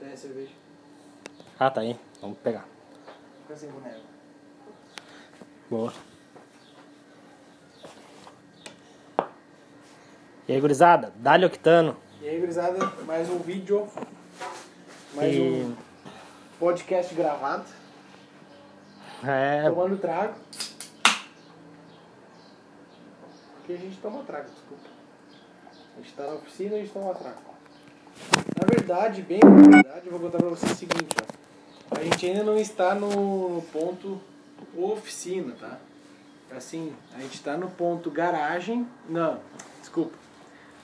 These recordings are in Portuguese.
minha É, cerveja. Ah, tá aí. Vamos pegar. Fica sem boneco. Boa. E aí, gurizada? Dali Octano. E aí, gurizada, mais um vídeo. Mais e... um podcast gravado. É, Tomando trago. Porque a gente toma trago, desculpa. A gente tá na oficina e a gente toma trago. Na verdade, bem na verdade, eu vou contar pra vocês o seguinte, ó. A gente ainda não está no ponto oficina, tá? Assim, a gente tá no ponto garagem. Não, desculpa.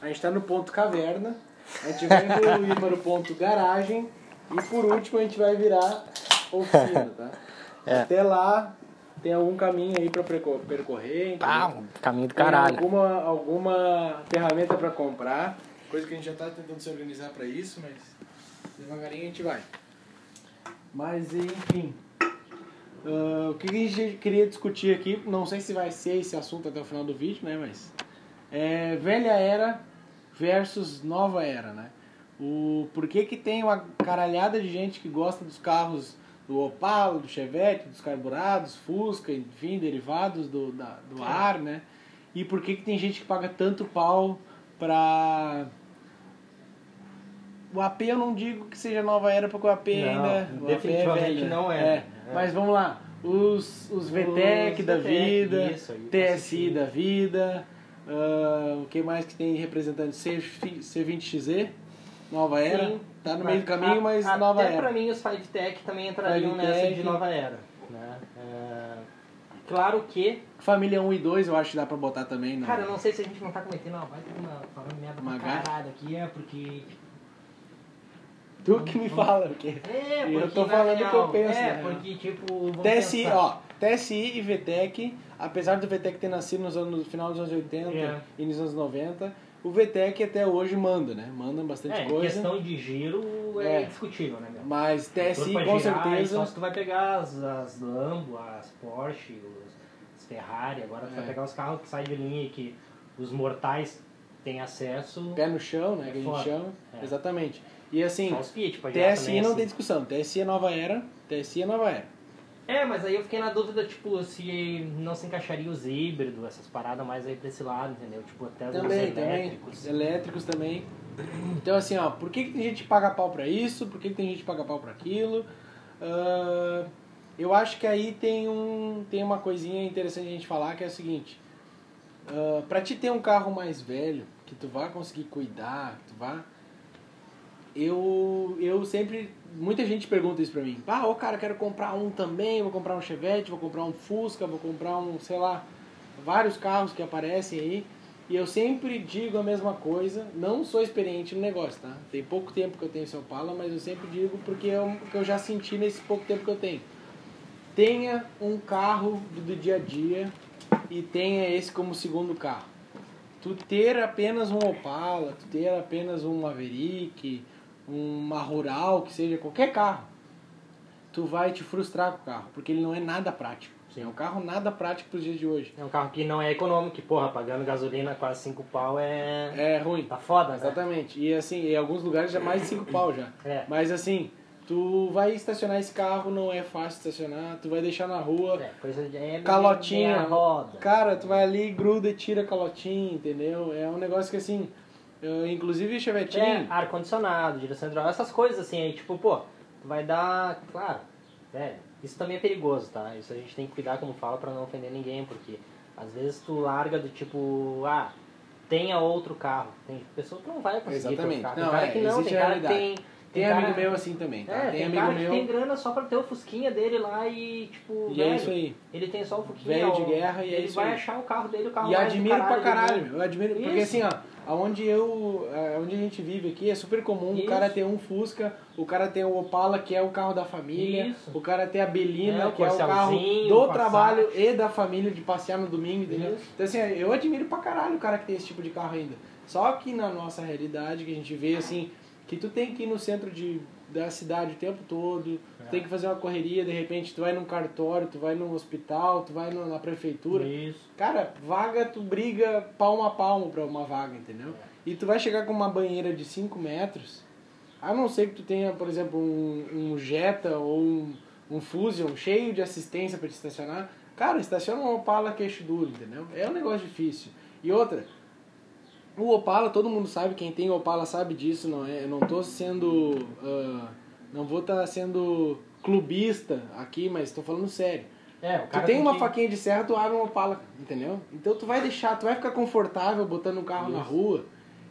A gente tá no ponto caverna. A gente vai evoluir para o ponto garagem. E por último a gente vai virar oficina, tá? É. Até lá tem algum caminho aí pra perco- percorrer. pá, entendeu? um caminho do Tem caralho. Alguma, alguma ferramenta pra comprar. Coisa que a gente já tá tentando se organizar pra isso, mas devagarinho a gente vai. Mas enfim. Ah, o que a gente queria discutir aqui, não sei se vai ser esse assunto até o final do vídeo, né? Mas. É velha era versus nova era, né? O por que que tem uma caralhada de gente que gosta dos carros do Opala, do Chevette, dos carburados, Fusca, enfim, derivados do, da- É. do ar, né? E por que que tem gente que paga tanto pau pra... O AP eu não digo que seja nova era, porque o AP Não, ainda... o AP é definitivamente velho, né? não é. é. É. Mas vamos lá, os, os VTEC da VTEC, vida, isso aí, TSI assistir. da vida, ah, o que mais que tem representante? C, C20XZ, nova era, Sim. tá no meio do A- caminho, mas a- nova Ah, Até era. pra mim os Five Tech também entrariam Five nessa Tech. de nova era. né? É, claro que, Família 1 e 2 eu acho que dá pra botar também, né? cara, eu não sei se a gente não tá cometendo uma baita de uma falando merda Uma pra gafe. caralho aqui, é porque. tu que me fala, porque... É, Eu porque. tô na falando o que real, eu penso, É, né? porque, tipo. vamos TSI, pensar. ó, TSI e VTEC, apesar do VTEC ter nascido nos anos, no final dos anos 80 É. e nos anos 90, o VTEC até hoje manda, né? Manda bastante É, coisa. questão de giro É. é, discutível, né, meu? Mas TSI, Pra com girar, certeza... Só se tu vai pegar as, as Lambo, as Porsche, os, as Ferrari, agora tu É. vai pegar os carros que saem de linha e que os mortais têm acesso. Pé no chão, né? É que a gente foda. chama. É. Exatamente. E assim, Só os Fiat, pra girar TSI também, não assim. tem discussão. TSI é nova era. TSI é nova era. É, mas aí eu fiquei na dúvida, tipo, se não se encaixaria os híbridos, essas paradas mais aí pra esse lado, entendeu? Tipo, até os Também, também. elétricos. Os elétricos também. Então assim, ó, por que, que tem gente que paga pau pra isso? Por que, que tem gente que paga pau pra aquilo? Ah, eu acho que aí tem, um, tem uma coisinha interessante a gente falar que é o seguinte. ah, pra te ter um carro mais velho, que tu vá conseguir cuidar, que tu vá. Eu, eu sempre. Muita gente pergunta isso pra mim. Ah, ô cara, quero comprar um também, vou comprar um Chevette, vou comprar um Fusca, vou comprar um, sei lá, vários carros que aparecem aí. E eu sempre digo a mesma coisa, não sou experiente no negócio, tá? Tem pouco tempo que eu tenho esse Opala, mas eu sempre digo porque é o que eu já senti nesse pouco tempo que eu tenho. Tenha um carro do do dia a dia e tenha esse como segundo carro. Tu ter apenas um Opala, tu ter apenas um Maverick, um, uma Rural, que seja qualquer carro, tu vai te frustrar com o carro, porque ele não é nada prático. Sim. É um carro nada prático para os dias de hoje. É um carro que não é econômico, que, porra, pagando gasolina quase 5 pau é. É ruim. Tá foda, né? Exatamente. E assim, em alguns lugares já mais de 5 pau já. É. Mas assim, tu vai estacionar esse carro, não é fácil estacionar, tu vai deixar na rua. É, coisa de. É Calotinha. meia roda. Cara, tu vai ali, gruda e tira a calotinha, entendeu? É um negócio que assim, eu, inclusive chevetinho. É, ar-condicionado, direção hidráulica, essas coisas assim, aí tipo, pô, tu vai dar. Claro, velho, isso também é perigoso, tá? Isso a gente tem que cuidar como fala pra não ofender ninguém, porque às vezes tu larga do tipo, ah, tenha outro carro. Tem pessoa que não vai conseguir ter outro Exatamente. carro. Não, tem cara é, que não, existe tem a cara que realidade. tem. Tem cara- amigo meu assim também, tá? tem, É, tem, amigo cara meu. que tem grana só pra ter o fusquinha dele lá e, tipo, E velho, é isso aí. ele tem só o fusquinha. Velho de ó, guerra e é Ele isso vai aí. achar o carro dele, o carro E mais do admiro pra caralho, né? meu. Eu admiro. Porque Isso. assim, ó, aonde eu. é, Onde a gente vive aqui é super comum. O Isso. cara tem um Fusca, o cara tem o Opala, que é o carro da família, Isso. o cara tem a Belina, É, o que é o carro Corcelzinho, do Passat. trabalho e da família de passear no domingo, entendeu? Isso. Então assim, ó, eu admiro pra caralho o cara que tem esse tipo de carro ainda. Só que na nossa realidade, que a gente vê assim, que tu tem que ir no centro de, da cidade o tempo todo, É. tu tem que fazer uma correria, de repente tu vai num cartório, tu vai num hospital, tu vai no- na prefeitura. Isso. Cara, vaga tu briga palmo a palmo pra uma vaga, entendeu? E tu vai chegar com uma banheira de 5 metros A não ser que tu tenha, por exemplo, um, um Jetta ou um, um Fusion cheio de assistência para te estacionar. Cara, estaciona um Opala queixo duro, entendeu? É um negócio difícil. E outra, o Opala, todo mundo sabe, quem tem Opala sabe disso, não é? Eu não tô sendo. ah, não vou estar sendo clubista aqui, mas tô falando sério. É, o Tu cara tem uma que- faquinha de serra, tu abre uma Opala, entendeu? Então tu vai deixar, tu vai ficar confortável botando um carro na rua.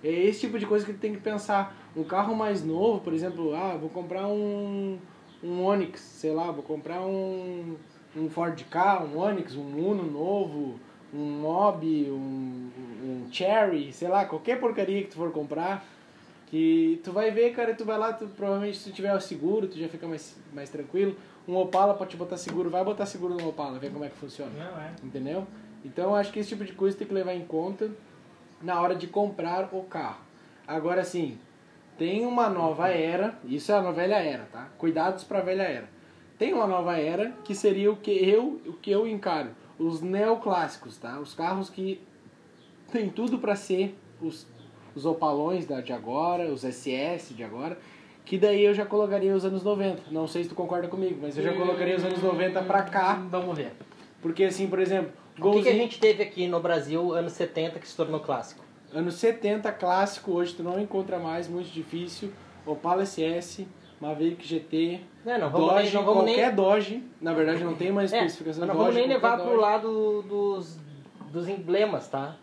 É esse tipo de coisa que tu tem que pensar. Um carro mais novo, por exemplo, ah, vou comprar um, um Onix, sei lá, vou comprar um, um Ford K, um Onix, um Uno novo, um Mob, um, um Cherry, sei lá, qualquer porcaria que tu for comprar. Que tu vai ver, cara, tu vai lá, tu, provavelmente se tu tiver o seguro, tu já fica mais, mais tranquilo. Um Opala pode te botar seguro, vai botar seguro no Opala, ver como é que funciona. Não, é. Entendeu? Então acho que esse tipo de coisa tem que levar em conta na hora de comprar o carro. Agora sim, tem uma nova era, isso é a velha era, tá? Cuidados para a velha era. Tem uma nova era que seria o que eu, o que eu encaro, os neoclássicos, tá? Os carros que tem tudo para ser os, os opalões da, de agora, os SS de agora, que daí eu já colocaria os anos 90. Não sei se tu concorda comigo, mas eu já colocaria os anos 90 pra cá. Vamos ver. Porque assim, por exemplo, O que, que a golzinho- gente teve aqui no Brasil anos 70 que se tornou clássico? anos 70 clássico, hoje tu não encontra mais, muito difícil. Opala SS, Maverick GT, Não, não vamos nem- Dodge, não vamos nem- qualquer Dodge, na verdade não tem mais É, mas especificação não Dodge, vamos nem qualquer levar pro Dodge. lado dos, dos emblemas, tá?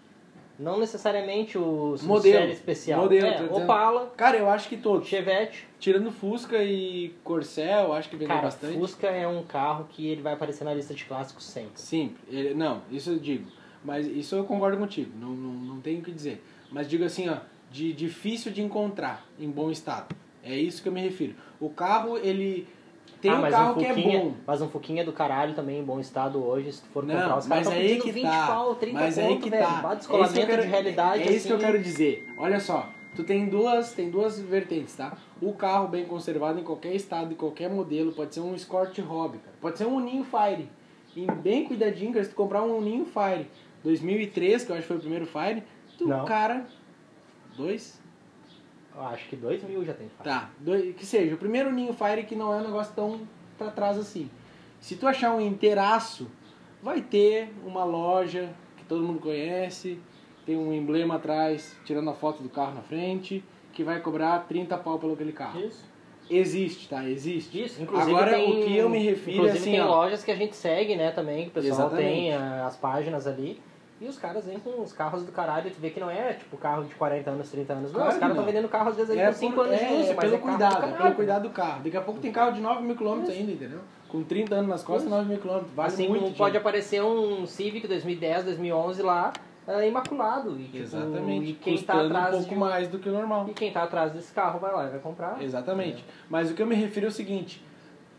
Não necessariamente os Modelo. série especial. Modelo, é, tô dizendo. Opala, Cara, eu acho que todos. Chevette. Tirando Fusca e Corcel, acho que vendeu Cara, bastante. Fusca é um carro que ele vai aparecer na lista de clássicos sempre. Sim, ele- não, isso eu digo. Mas isso eu concordo contigo, não, não, não tenho o que dizer. Mas digo assim, ó, de difícil de encontrar em bom estado. É isso que eu me refiro. O carro, ele. Tem Ah, um mas carro que é Fuquinha- bom. Mas um Fuquinha do caralho também em bom estado hoje, se tu for comprar Não, os caras mas tão aí pedindo que 20 tá. pau, 30 mas aí conto, que velho. tá. É isso Bate que eu descolamento quero- de realidade. É isso que eu assim. quero dizer. Olha só, tu tem duas, tem duas vertentes, tá? O carro bem conservado em qualquer estado, em qualquer modelo, pode ser um Escort Hobby, cara. Pode ser um Ninho Fire. E bem cuidadinho, cara, se tu comprar um Ninho Fire 2003, que eu acho que foi o primeiro Fire, tu, Não. cara, dois, Eu acho que 2 mil já tem. Fábio. Tá, do- que seja, o primeiro Ninho Fire que não é um negócio tão pra trás assim. Se tu achar um inteiraço, vai ter uma loja que todo mundo conhece, tem um emblema atrás, tirando a foto do carro na frente, que vai cobrar 30 pau pelo aquele carro. Isso. Existe, tá? Existe. Isso, inclusive Agora, tem- o que eu me refiro é inclusive assim, tem ó, lojas que a gente segue, né, também, que o pessoal Exatamente. tem ah, as páginas ali. E os caras vêm com os carros do caralho, tu vê que não é tipo carro de 40 anos, 30 anos. Não, Claro os que caras não. estão vendendo carro às vezes aí É, com 5 anos de uso, mas pelo é carro do cuidado, é caralho. pelo cuidado do carro. Daqui a pouco tem carro de 9 mil quilômetros ainda, entendeu? Com 30 anos nas costas, 9 mil quilômetros. Vale assim muito como dinheiro. pode aparecer um Civic 2010, 2011 lá, ah, imaculado. E, tipo, Exatamente. E quem tá Custando um atrás pouco de mais do que o normal. E quem tá atrás desse carro vai lá e vai comprar. Exatamente. Mas o que eu me refiro é o seguinte: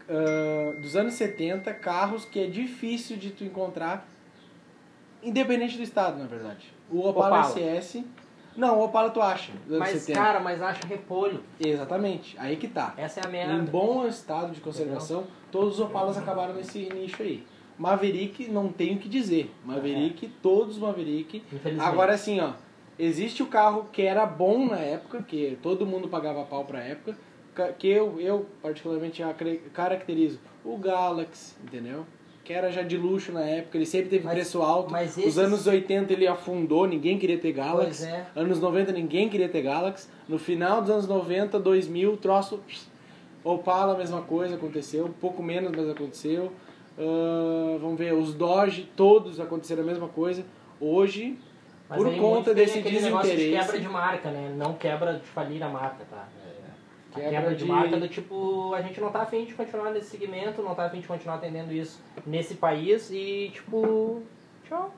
ah, dos anos 70, carros que é difícil de tu encontrar, independente do estado, na verdade. O Opala, Opala. SS. Não, o Opala tu acha, dos anos Mas, 70. cara, mas acha repolho. Exatamente, aí que tá. Essa é a Em merda. bom estado de conservação, todos os Opalas acabaram nesse nicho aí. Maverick, não tenho o que dizer. Maverick, todos Maverick. É. Infelizmente. Agora assim, ó, existe o carro que era bom na época, que todo mundo pagava pau pra época, ca- que eu, eu particularmente já cre- caracterizo o Galaxy, entendeu? Que era já de luxo na época, ele sempre teve Mas- preço alto. mas Os esses- anos 80 ele afundou, ninguém queria ter Galaxy. Pois é. Anos 90 ninguém queria ter Galaxy. No final dos anos 90, 2000, troço. pss, Opala, mesma coisa, aconteceu. Um Pouco menos, mas aconteceu. Ahn, vamos ver, os Dodge, todos aconteceram a mesma coisa. Hoje, Mas por aí conta muito tem desse aquele negócio de desinteresse. quebra de marca, né? Não quebra de falir a marca, tá? É. Quebra Quebra, quebra de... de- marca do tipo, a gente não tá afim de continuar nesse segmento, não tá afim de continuar atendendo isso nesse país e tipo. Tchau.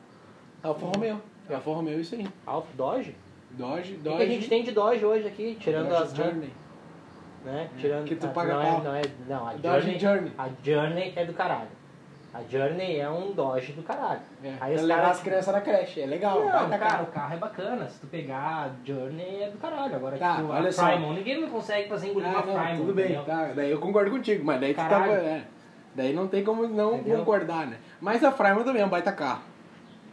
Alfa Romeo. Alfa Romeo, isso aí. Alfa Dodge? Dodge, O que Dodge. que a gente tem de Dodge hoje aqui? Tirando Dodge as. Journey. né? Tirando que tu ah, paga não, pau. é, não é, não, a Dodge Journey, Journey. A Journey é do caralho. A Journey é um Dodge do caralho. É, Aí pra os levar caras as crianças na creche, é legal. Não, baita cara, o carro é bacana. Se tu pegar a Journey é do caralho. Agora, Tá, tipo, olha a só. Primal, ninguém me consegue fazer engolir Ah, não, uma Primal. tudo bem, entendeu? tá, daí eu concordo contigo, mas daí tu Caralho. tava. é, daí não tem como não Entendeu? concordar, né? Mas a Fryman também é um baita carro.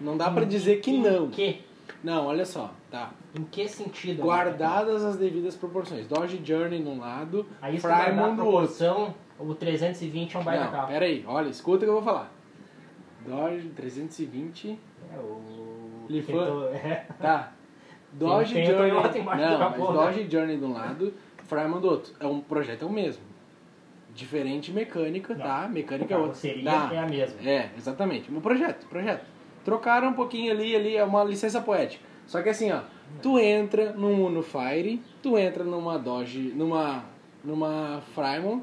Não dá pra dizer que não. Que? Não, olha só. Tá. Em que sentido? Guardadas as devidas proporções. Dodge Journey num lado, Aí se tu guardar Prime um a do outro. proporção, o 320 é um baita Não, carro. peraí, olha, escuta o que eu vou falar. Dodge 320. É, o... Ele quem foi- to- é. Tá. Dodge tem o Journey. Toyota embaixo do não, mas capô, né? Dodge Journey de um lado, Fryman do outro. É um projeto é o mesmo. Diferente mecânica, Não. tá? Mecânica é A outra. carroceria Tá. é a mesma. É, exatamente. Um projeto, projeto. Trocaram um pouquinho ali, ali é uma licença poética. Só que assim, ó, tu entra num Uno Fire, tu entra numa Dodge, numa numa Frymon,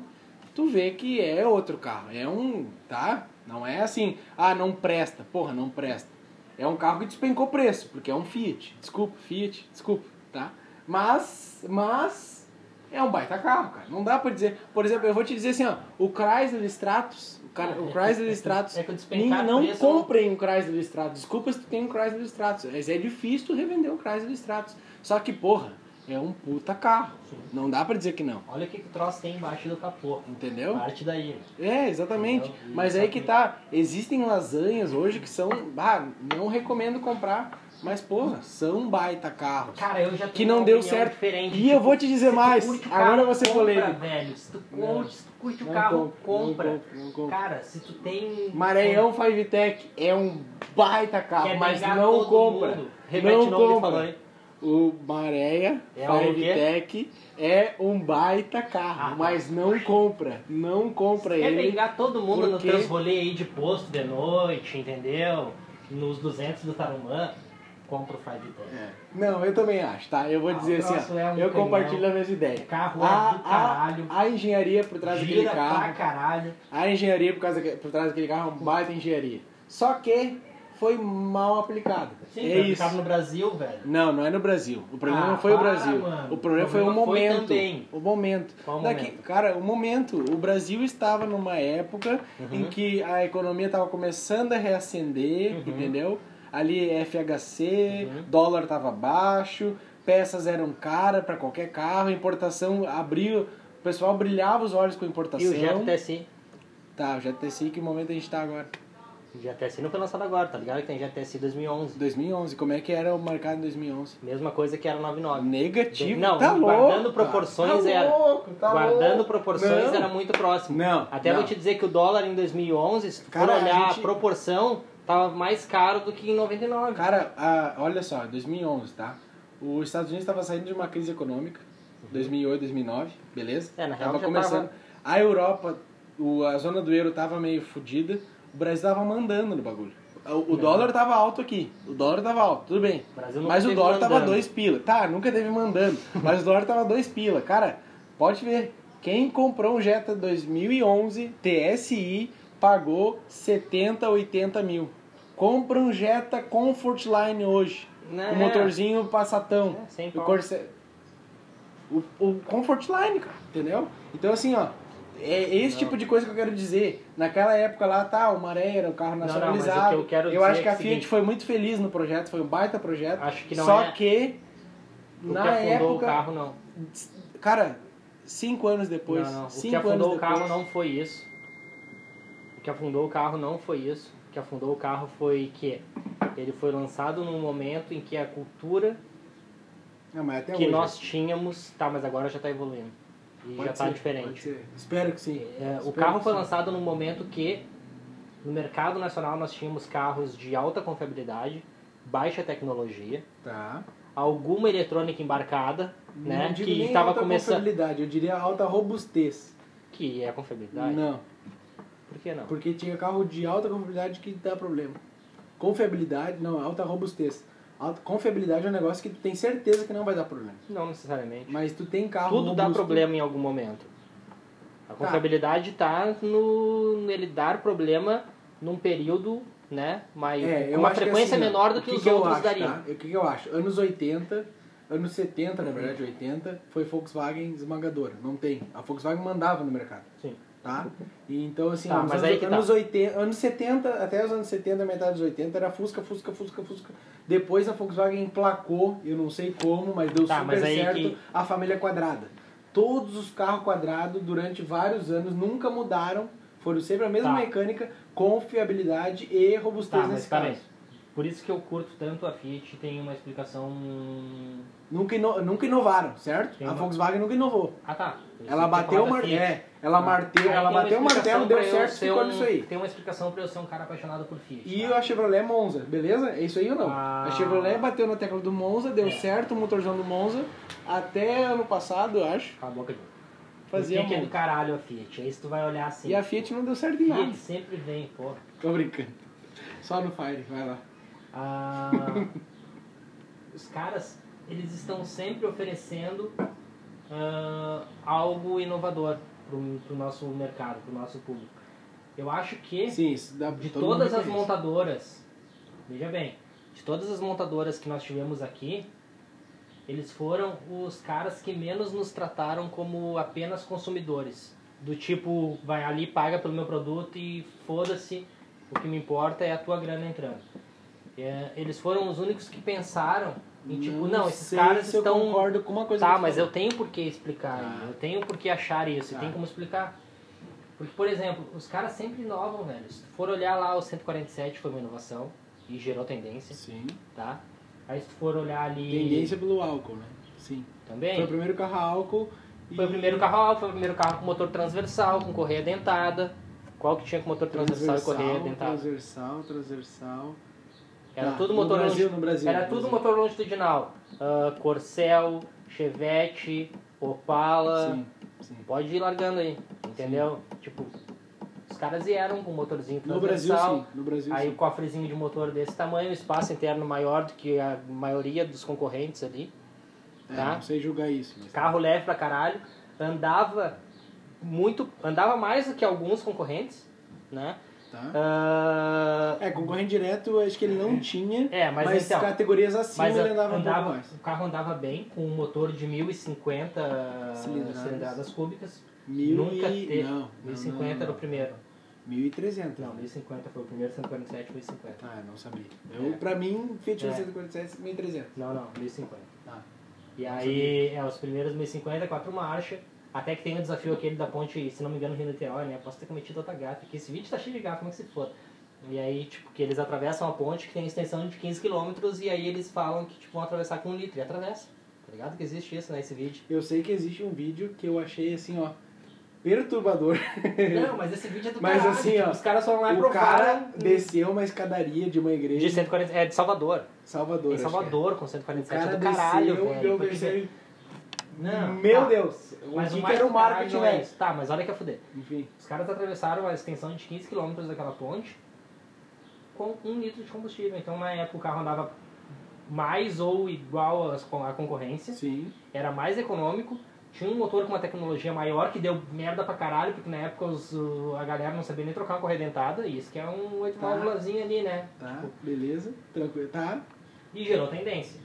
tu vê que é outro carro, é um, tá? Não é assim, ah, não presta, porra, não presta. É um carro que despencou preço, porque é um Fiat. Desculpa, Fiat, desculpa, tá? Mas, mas é um baita carro, cara. Não dá pra dizer, por exemplo, eu vou te dizer assim, ó, o Chrysler Stratus, o, cara, o Chrysler Stratus É que o despencar Ninguém não preço- comprem um Chrysler Stratus. Desculpa se tu tem um Chrysler Stratus. Mas é difícil tu revender um Chrysler Stratus. Só que, porra, é um puta carro. Sim. Não dá pra dizer que não. Olha o que, que o troço tem embaixo do capô. Entendeu? Parte daí. né? É, exatamente. Entendeu? E Mas só aí que que- tá. Existem lasanhas hoje que são. Ah, não recomendo comprar. Mas, porra, são baita carros. Cara, eu já tenho Que não uma deu opinião certo. Diferente. E eu vou te dizer se tu mais. curte o Agora carro, eu vou ser compra, polêmico. velho. Se tu Não. curte, se tu curte o Não carro, não compra. não compra. Cara, se tu tem. um Maranhão Five Tech é um baita carro, Quer mas negar não todo compra. mundo. Repete não o nome e compra. fala aí. O Maréia É um Five quê? Tech é um baita carro, Ah. mas não compra. Não compra Quer ele. pegar todo mundo nos porque- teus rolês aí de posto de noite, entendeu? Nos 200 do Tarumã, compra o Five Tech. É. Não, eu também acho, tá? Eu vou Ah, dizer o assim, troço ó, é um eu canhão. compartilho a mesma ideia. O carro é a, do a- caralho. a engenharia por trás daquele Gira pra carro, caralho. a engenharia por, causa, daque- por trás daquele carro é uma baita engenharia. Só que foi mal aplicada. Sim, É foi isso. aplicado no Brasil, velho. Não, não é no Brasil. O problema Ah, não foi o para, Brasil. mano. O problema foi o problema foi momento. também. o momento. Qual o Daqui- momento? Cara, o momento. O Brasil estava numa época Uhum. em que a economia estava começando a reacender, entendeu? Ali FHC, Uhum. dólar estava baixo, peças eram caras para qualquer carro, importação abriu, o pessoal brilhava os olhos com a E importação. o Jeto TSI? Tá, o GTC, que momento a gente está agora? O Jeto TSI não foi lançado agora, tá ligado? Que tem Jeto TSI 2011. 2011, como é que era o mercado em 2011? Mesma coisa que era 99. Negativo, Não, tá louco. guardando proporções tá era. Louco, tá Guardando louco. proporções Não. era muito próximo. Não, Até não. vou te dizer que o dólar em 2011, se tu Cara, a for olhar a, gente- proporção, tava mais caro do que em 99. Cara, ah, olha só, 2011, tá? Os Estados Unidos estava saindo de uma crise econômica, 2008, 2009, beleza? Uhum. É, na real tava já começando. tava- A Europa, o- a zona do euro tava meio fodida, o Brasil tava mandando no bagulho. O, o dólar tava alto aqui, o dólar tava alto, tudo bem. O Uhum. Brasil nunca Mas o teve dólar tava mandando. dois pila. Tá, nunca teve mandando, mas o dólar tava dois pila. Cara, pode ver, quem comprou um Jetta 2011 TSI pagou 70, 80 mil. Compra um Jetta Comfortline hoje. Né? O motorzinho passatão. É, sem o, pau. Corsa- o, o Comfortline, cara, entendeu? Então assim, ó. É esse tipo de coisa que eu quero dizer. Naquela época lá, tá, o Maré era um carro não, mas nacionalizado. o que eu quero dizer acho que é a o Fiat seguinte. foi muito feliz no projeto, foi um baita projeto. Acho que não Só é que, O na que afundou época. o carro não. Cara, cinco anos depois. Não, não. O que Cinco afundou anos o carro depois, não foi isso. O que afundou o carro não foi isso. O que afundou o carro foi que ele foi lançado num momento em que a cultura Não, mas até que É hoje. nós tínhamos, tá, mas agora já tá evoluindo. E Pode já tá ser, pode diferente. ser. Espero que sim. É, o Espero carro que foi sim. lançado num momento que no mercado nacional nós tínhamos carros de alta confiabilidade, baixa tecnologia, Tá. alguma eletrônica embarcada, né, Não digo que nem estava alta começando, confiabilidade, eu diria alta robustez. que é confiabilidade. Não, Por que não? porque tinha carro de alta confiabilidade que dá problema. Confiabilidade, não, alta robustez. Alta, confiabilidade é um negócio que tu tem certeza que não vai dar problema. Não necessariamente. Mas tu tem carro Tudo dá robusto. problema em algum momento. A confiabilidade tá, no nele dar problema num período, né, maior, É, com eu uma acho que frequência assim, ó, menor do que, o os eu outros acho, dariam. tá? O que, que eu acho? Anos 80, anos 70, na verdade, 80, foi Volkswagen esmagadora. Não tem. A Volkswagen mandava no mercado. Sim. Tá? E então, assim, Tá, nos mas anos, aí que tá. anos 80, anos 70, até os anos 70, metade dos 80, era Fusca, Fusca, Fusca, Fusca. Depois a Volkswagen emplacou, eu não sei como, mas deu Tá, super mas aí certo, que- a família quadrada. Todos os carros quadrados, durante vários anos, nunca mudaram. Foram sempre a mesma Tá. mecânica, confiabilidade e robustez Tá, mas nesse peraí. caso. Por isso que eu curto tanto a Fiat, tem uma explicação. Nunca, ino- nunca inovaram, certo? Tem a uma- Volkswagen nunca inovou. Ah tá. Eu Ela tinha bateu o falado da martelo. Fiat. Tá. É, ela, marteu, Aí ela tem uma bateu o explicação martelo, deu pra eu certo, ser ficou um- nisso aí. Tem uma explicação pra eu ser um cara apaixonado por Fiat. E tá? a Chevrolet Monza, beleza? É isso aí ou não? Ah. É. A Chevrolet bateu na tecla do Monza, deu certo o motorzão do Monza. Até ano passado, eu acho, Cala a boca de fazia Por que que é do Monza. caralho a Fiat? Aí se tu vai olhar assim. E a Fiat não deu certo em Fiat nada. sempre vem, porra. Tô brincando. Só no Fire, vai lá. Ah, os caras, eles estão sempre oferecendo ah, algo inovador pro, pro nosso mercado, pro nosso público. Eu acho que Sim, isso dá de todo todas mundo as reconhece. montadoras, veja bem, de todas as montadoras que nós tivemos aqui, eles foram os caras que menos nos trataram como apenas consumidores. Do tipo, vai ali, paga pelo meu produto e foda-se, o que me importa é a tua grana entrando. É, eles foram os únicos que pensaram em tipo, não, esses sei caras se Eu estão concordo com uma coisa que Tá, tu mas falou. eu tenho por que explicar, Ah. eu tenho por que achar isso, Tá. e tem como explicar. Porque, por exemplo, os caras sempre inovam, velho. Se tu for olhar lá, o 147 foi uma inovação e gerou tendência, Sim. tá? Aí se tu for olhar ali... Tendência pelo álcool, né? Sim. Também. Foi o primeiro carro a álcool. e- Foi o primeiro carro alto, foi o primeiro carro com motor transversal, com correia dentada. Qual que tinha com motor transversal, e correia dentada? transversal, transversal. Era Tá, tudo no motor Brasil, longi- no Brasil, Era no tudo Brasil. motor longitudinal. Ah, Corcel, Chevette, Opala... Sim, sim. Pode ir largando aí, entendeu? Tipo, os caras vieram com um motorzinho No Brasil, transversal, sim. No Brasil, aí o sim. cofrezinho de motor desse tamanho, espaço interno maior do que a maioria dos concorrentes ali, É, tá? Não sei julgar isso. Mas... carro leve pra caralho, andava muito, andava mais do que alguns concorrentes, né? Tá? Ah, É, concorrente direto, acho que ele não tinha. É, mas então- categorias acima mas ele an- andava, andava- um pouco mais. o carro andava bem, com um motor de 1050 Cilindradas. cilindradas, cúbicas, Mil nunca e... teve. Não, 1050 não, não, era não. o primeiro. 1.300. Não, 1050 foi o primeiro, 147 foi 50. Tá, eu não sabia. Eu, É. Pra mim, um Fiat É. 147, 1.300. Não, não, 1050. Tá. E aí, é, os primeiros 1050, quatro marchas. Até que tem o desafio aquele da ponte, se não me engano, Rio Niterói, né? Posso ter cometido outra gafa, porque esse vídeo tá cheio de gafa, como é que se for? E aí, tipo, que eles atravessam a ponte que tem extensão de 15 km e aí eles falam que, tipo, vão atravessar com um litro. E atravessa, tá ligado? Que existe isso, né? Esse vídeo. Eu sei que existe um vídeo que eu achei assim, ó, perturbador. Não, mas esse vídeo é do Mas caralho, assim, tipo, ó, os caras foram lá e o cara provaram... desceu uma escadaria de uma De igreja 140, é de Salvador. em Salvador. Em acho que é. Salvador, com O 147 cara é do caralho, desceu, velho. deu um porque- terceiro- Não, Meu tá. Deus, Mas o que, que mais era o do caralho marketing, né? não é velho? isso. Tá, mas olha que a fuder. Enfim, Os caras atravessaram a extensão de 15 km daquela ponte com um litro de combustível. Então, na época, o carro andava mais ou igual às con- à concorrência, sim. era mais econômico, tinha um motor com uma tecnologia maior que deu merda pra caralho, porque na época os, o- a galera não sabia nem trocar uma correia dentada, e isso que é um 8 Tá. válvulazinho ali, né? Tá, beleza, tranquilo. Tá, E gerou tendência.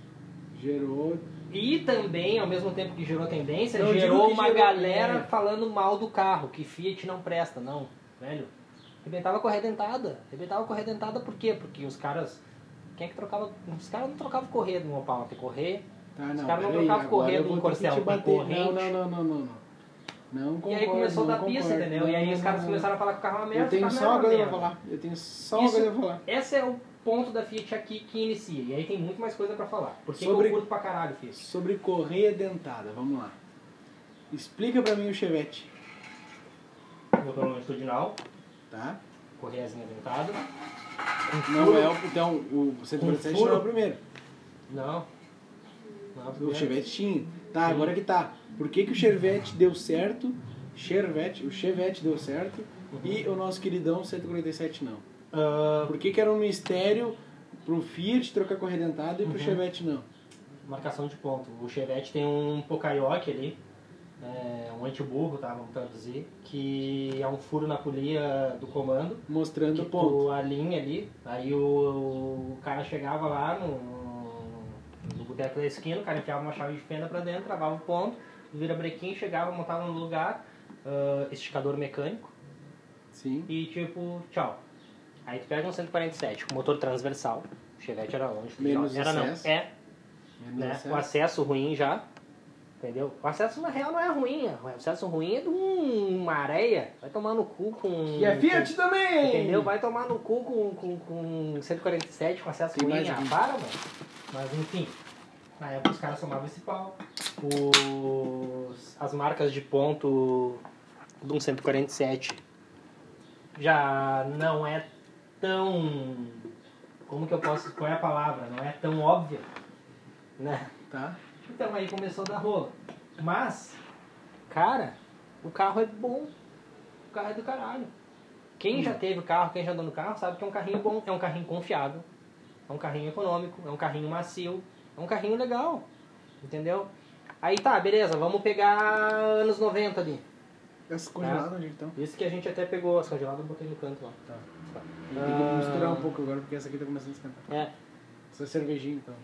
gerou. E também, ao mesmo tempo que gerou tendência, Não, eu digo gerou que uma gerou- galera é. falando mal do carro, que Fiat não presta, não, velho. Arrebentava com a redentada. Arrebentava com a redentada por quê? Porque os caras. Quem é que trocava. Os caras não trocavam correia de uma palma, tem correr. Tá, Os não. caras não peraí, trocavam agora correia eu do vou ter corcel, que te com bater. corrente. Não, não, não, não, não. não. Não e concordo, aí começou a não dar pista, concordo. entendeu? E aí Não, os não, caras não. começaram a falar que o carro é uma merda. Eu tenho o carro só é uma uma coisa pra merda. falar. Eu tenho só uma Isso- coisa pra falar. Esse é o ponto da Fiat aqui que inicia. E aí tem muito mais coisa pra falar. Por que que Sobre- eu curto pra caralho, Fiat? Sobre correia dentada, vamos lá. Explica pra mim o Chevette, Motor é longitudinal, tá? correiazinha dentada. Não é o. Então, o 147 não é o Um furo. É. primeiro. Não. Não, O primeiro. Chevette tinha. Tá, agora que tá. Por que, que o Chevette deu certo? Chevette, o Chevette deu certo e o nosso queridão 147 não. Ah, Por que, que era um mistério pro Fiat trocar correia dentada e Uhum. pro Chevette não? marcação de ponto. O Chevette tem um Pocaioque ali, é, um antiburro, tá? Vamos traduzir, que é um furo na polia do comando. Mostrando Que o ponto. tu alinha ali, aí o, o cara chegava lá no, no boteco da esquina, o cara enfiava uma chave de fenda pra dentro, travava o ponto, vira brequinho, chegava, montava no lugar, ah, esticador mecânico, Sim. e tipo, tchau. Aí tu pega um 147 com motor transversal, o Chevette era longe, Menos era não, acesso. é, Menos né? O acesso. acesso ruim já. Entendeu? O acesso na real não é ruim. O acesso ruim é de um- uma areia. Vai tomar no cu com. E é Fiat também! Entendeu? Vai tomar no cu com, com, com 147 com acesso Tem ruim. mais Ah, alguém? para, mano. Mas enfim, na época os caras tomavam esse pau. Os, as marcas de ponto de um 147 já não é tão. Como que eu posso. Qual é a palavra? Não é tão óbvia. Né? Tá. Então aí começou a dar rola. Mas, cara, o carro é bom. O carro é do caralho. Quem Hum. já teve o carro, quem já andou no carro, sabe que é um carrinho bom, é um carrinho confiável, é um carrinho econômico, é um carrinho macio, é um carrinho legal. Entendeu? Aí tá, beleza, vamos pegar anos 90 ali. Essas congeladas onde tá. estão? Isso que a gente até pegou, as congeladas eu botei no canto lá. Tá. Tá. Tem que misturar um pouco agora, porque essa aqui tá começando a esquentar. É, Essa cervejinha, então.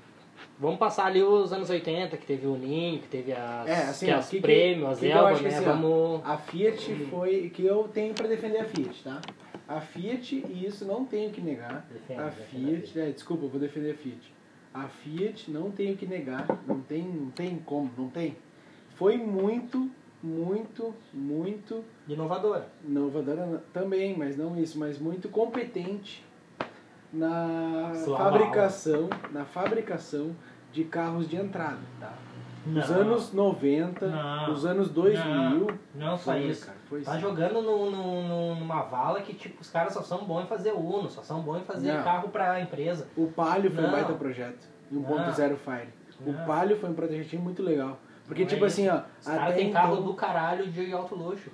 Vamos passar ali os anos 80, que teve o Ninho, que teve as, É, assim, que ó, as que que- prêmio, as que que eu Elba, acho que né? assim, ó, vamos. A Fiat foi... Que eu tenho pra defender a Fiat, tá? A Fiat, e isso não tenho que negar, Defenda, a defenda a Fiat... É, desculpa, eu vou defender a Fiat. A Fiat, não tenho que negar, não tem, não tem como, não tem. Foi muito, muito, muito Inovadora. inovadora também, mas não isso, mas muito competente na Sua fabricação, na fabricação de carros de entrada, tá? Nos anos 90, Não. nos anos 2000, Não só Foi, isso. cara, foi tá sim. jogando no, no- no- numa vala que, tipo, os caras só são bons em fazer Uno, só são bons em fazer Não. carro pra empresa. o Palio foi um Não. baita projeto, e um Não. 1.0 Fire. Não. O Palio foi um projetinho muito legal, porque Não é tipo assim, ó, Os caras até têm carro então- do caralho de alto luxo.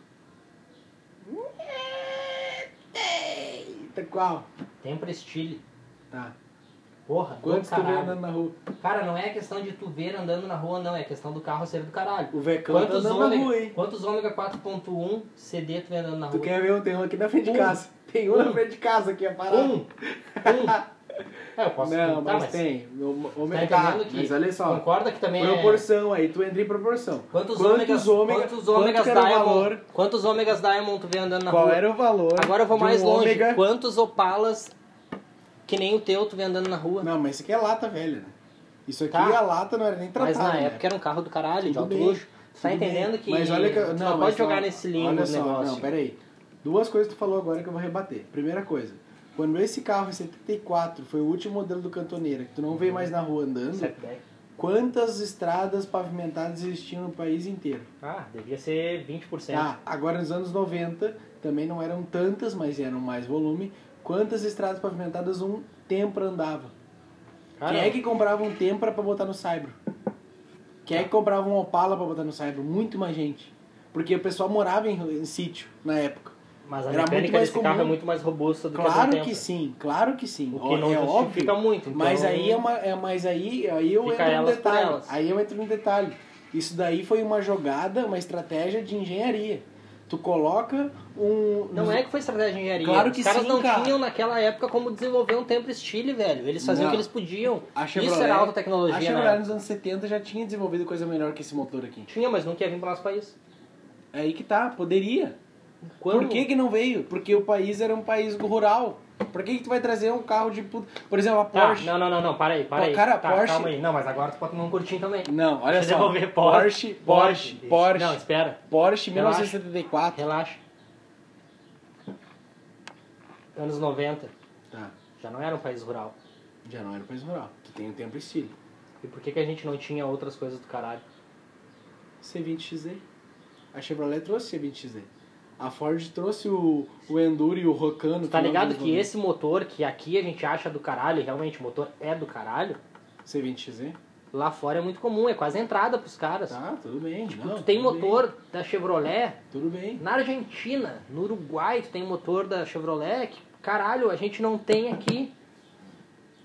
Eita, qual? Tem prestígio. Tá. Porra, Quantos do tu vê caralho. andando na rua? Cara, não é questão de tu ver andando na rua, não. É questão do carro ser do caralho. O Vecão tá Quantos andando na rua, ômega, hein? quantos ômega 4.1 CD um tu vem andando na Tu rua? quer ver? um- Tem um aqui na frente Tá Um. de casa. Tem um na Um. frente de casa aqui, a parada. Um! Um! É, eu posso não, contar, mas, tem. O, o, Tá tá, entendendo que mas olha só. concorda que também é- Proporção aí, tu entra em proporção. Quantos, quantos ômegas, ômega, quantos ômegas quanto que era Diamond? o valor? Quantos ômegas Diamond tu vê andando na Qual rua? era o valor? Agora eu vou de um mais longe. ômega- Quantos opalas que nem o teu tu vê andando na rua? Não, mas isso aqui é lata velha, né? Isso aqui Tá. a lata não era nem tratada. Mas na né? época era um carro do caralho, de Tudo alto bem, luxo. Tu tá Tudo bem. entendendo que, Mas olha que. tu eu- não, mas pode jogar não, nesse limbo olha do só, negócio. Não, peraí. Duas coisas que tu falou agora que eu vou rebater. Primeira coisa. Quando esse carro em 74 foi o último modelo do Cantoneira, que tu não vê Uhum. mais na rua andando, Setback. quantas estradas pavimentadas existiam no país inteiro? Ah, devia ser 20%. Tá, agora nos anos 90 também não eram tantas, mas eram mais volume. Quantas estradas pavimentadas um Tempra andava? Cara, Quem é que comprava um Tempra pra botar no Saibro? Quem é que comprava um Opala pra botar no Saibro? Muito mais gente. Porque o pessoal morava em, em sítio na época. Mas a era muito mecânica mais desse carro é comum. muito mais robusta do que a do Claro Tempra. que sim, claro que sim. O que Ó, não é óbvio. justifica muito. Então... Mas aí é uma. É, mas aí, aí eu Fica entro no elas por detalhe. elas. Aí eu entro no detalhe. Isso daí foi uma jogada, uma estratégia de engenharia. Tu coloca um. Não é que foi estratégia de engenharia. Claro que Os caras sim, não cara. tinham naquela época como desenvolver um tempo estilo, velho. Eles faziam Não. o que eles podiam. A Chevrolet, Isso era alta A tecnologia, Chevrolet né? nos anos 70 já tinha desenvolvido coisa melhor que esse motor aqui. Tinha, mas não queria vir pro nosso país. É aí que tá, poderia. Quando- Por que, que não veio? Porque o país era um país rural. Por que, que tu vai trazer um carro de puta. Por exemplo, a Tá, Porsche. não, não, não, não, para aí, para Pô, aí. cara, tá, Porsche- Calma aí. Não, mas agora tu pode tomar um curtinho também. não. olha Deixa eu só. devolver Porsche, Porsche. Porsche, Porsche, Não, espera. Porsche Relaxa. 1974. Relaxa. Anos 90. Tá, Já não era um país rural. já não era um país rural. Tu tem o tempo e estilo. E por que, que a gente não tinha outras coisas do caralho? C20XZ. A Chevrolet trouxe C20XZ. A Ford trouxe o, o Enduro e o Rocano. Tu tá ligado que esse motor que aqui a gente acha do caralho, e realmente o motor é do caralho, C20XZ? lá fora é muito comum, é quase entrada pros caras. Tá, tudo bem. não, Tipo, tu tem tudo bem, motor da Chevrolet tudo bem. na Argentina, no Uruguai, tu tem motor da Chevrolet que, caralho, a gente não tem aqui.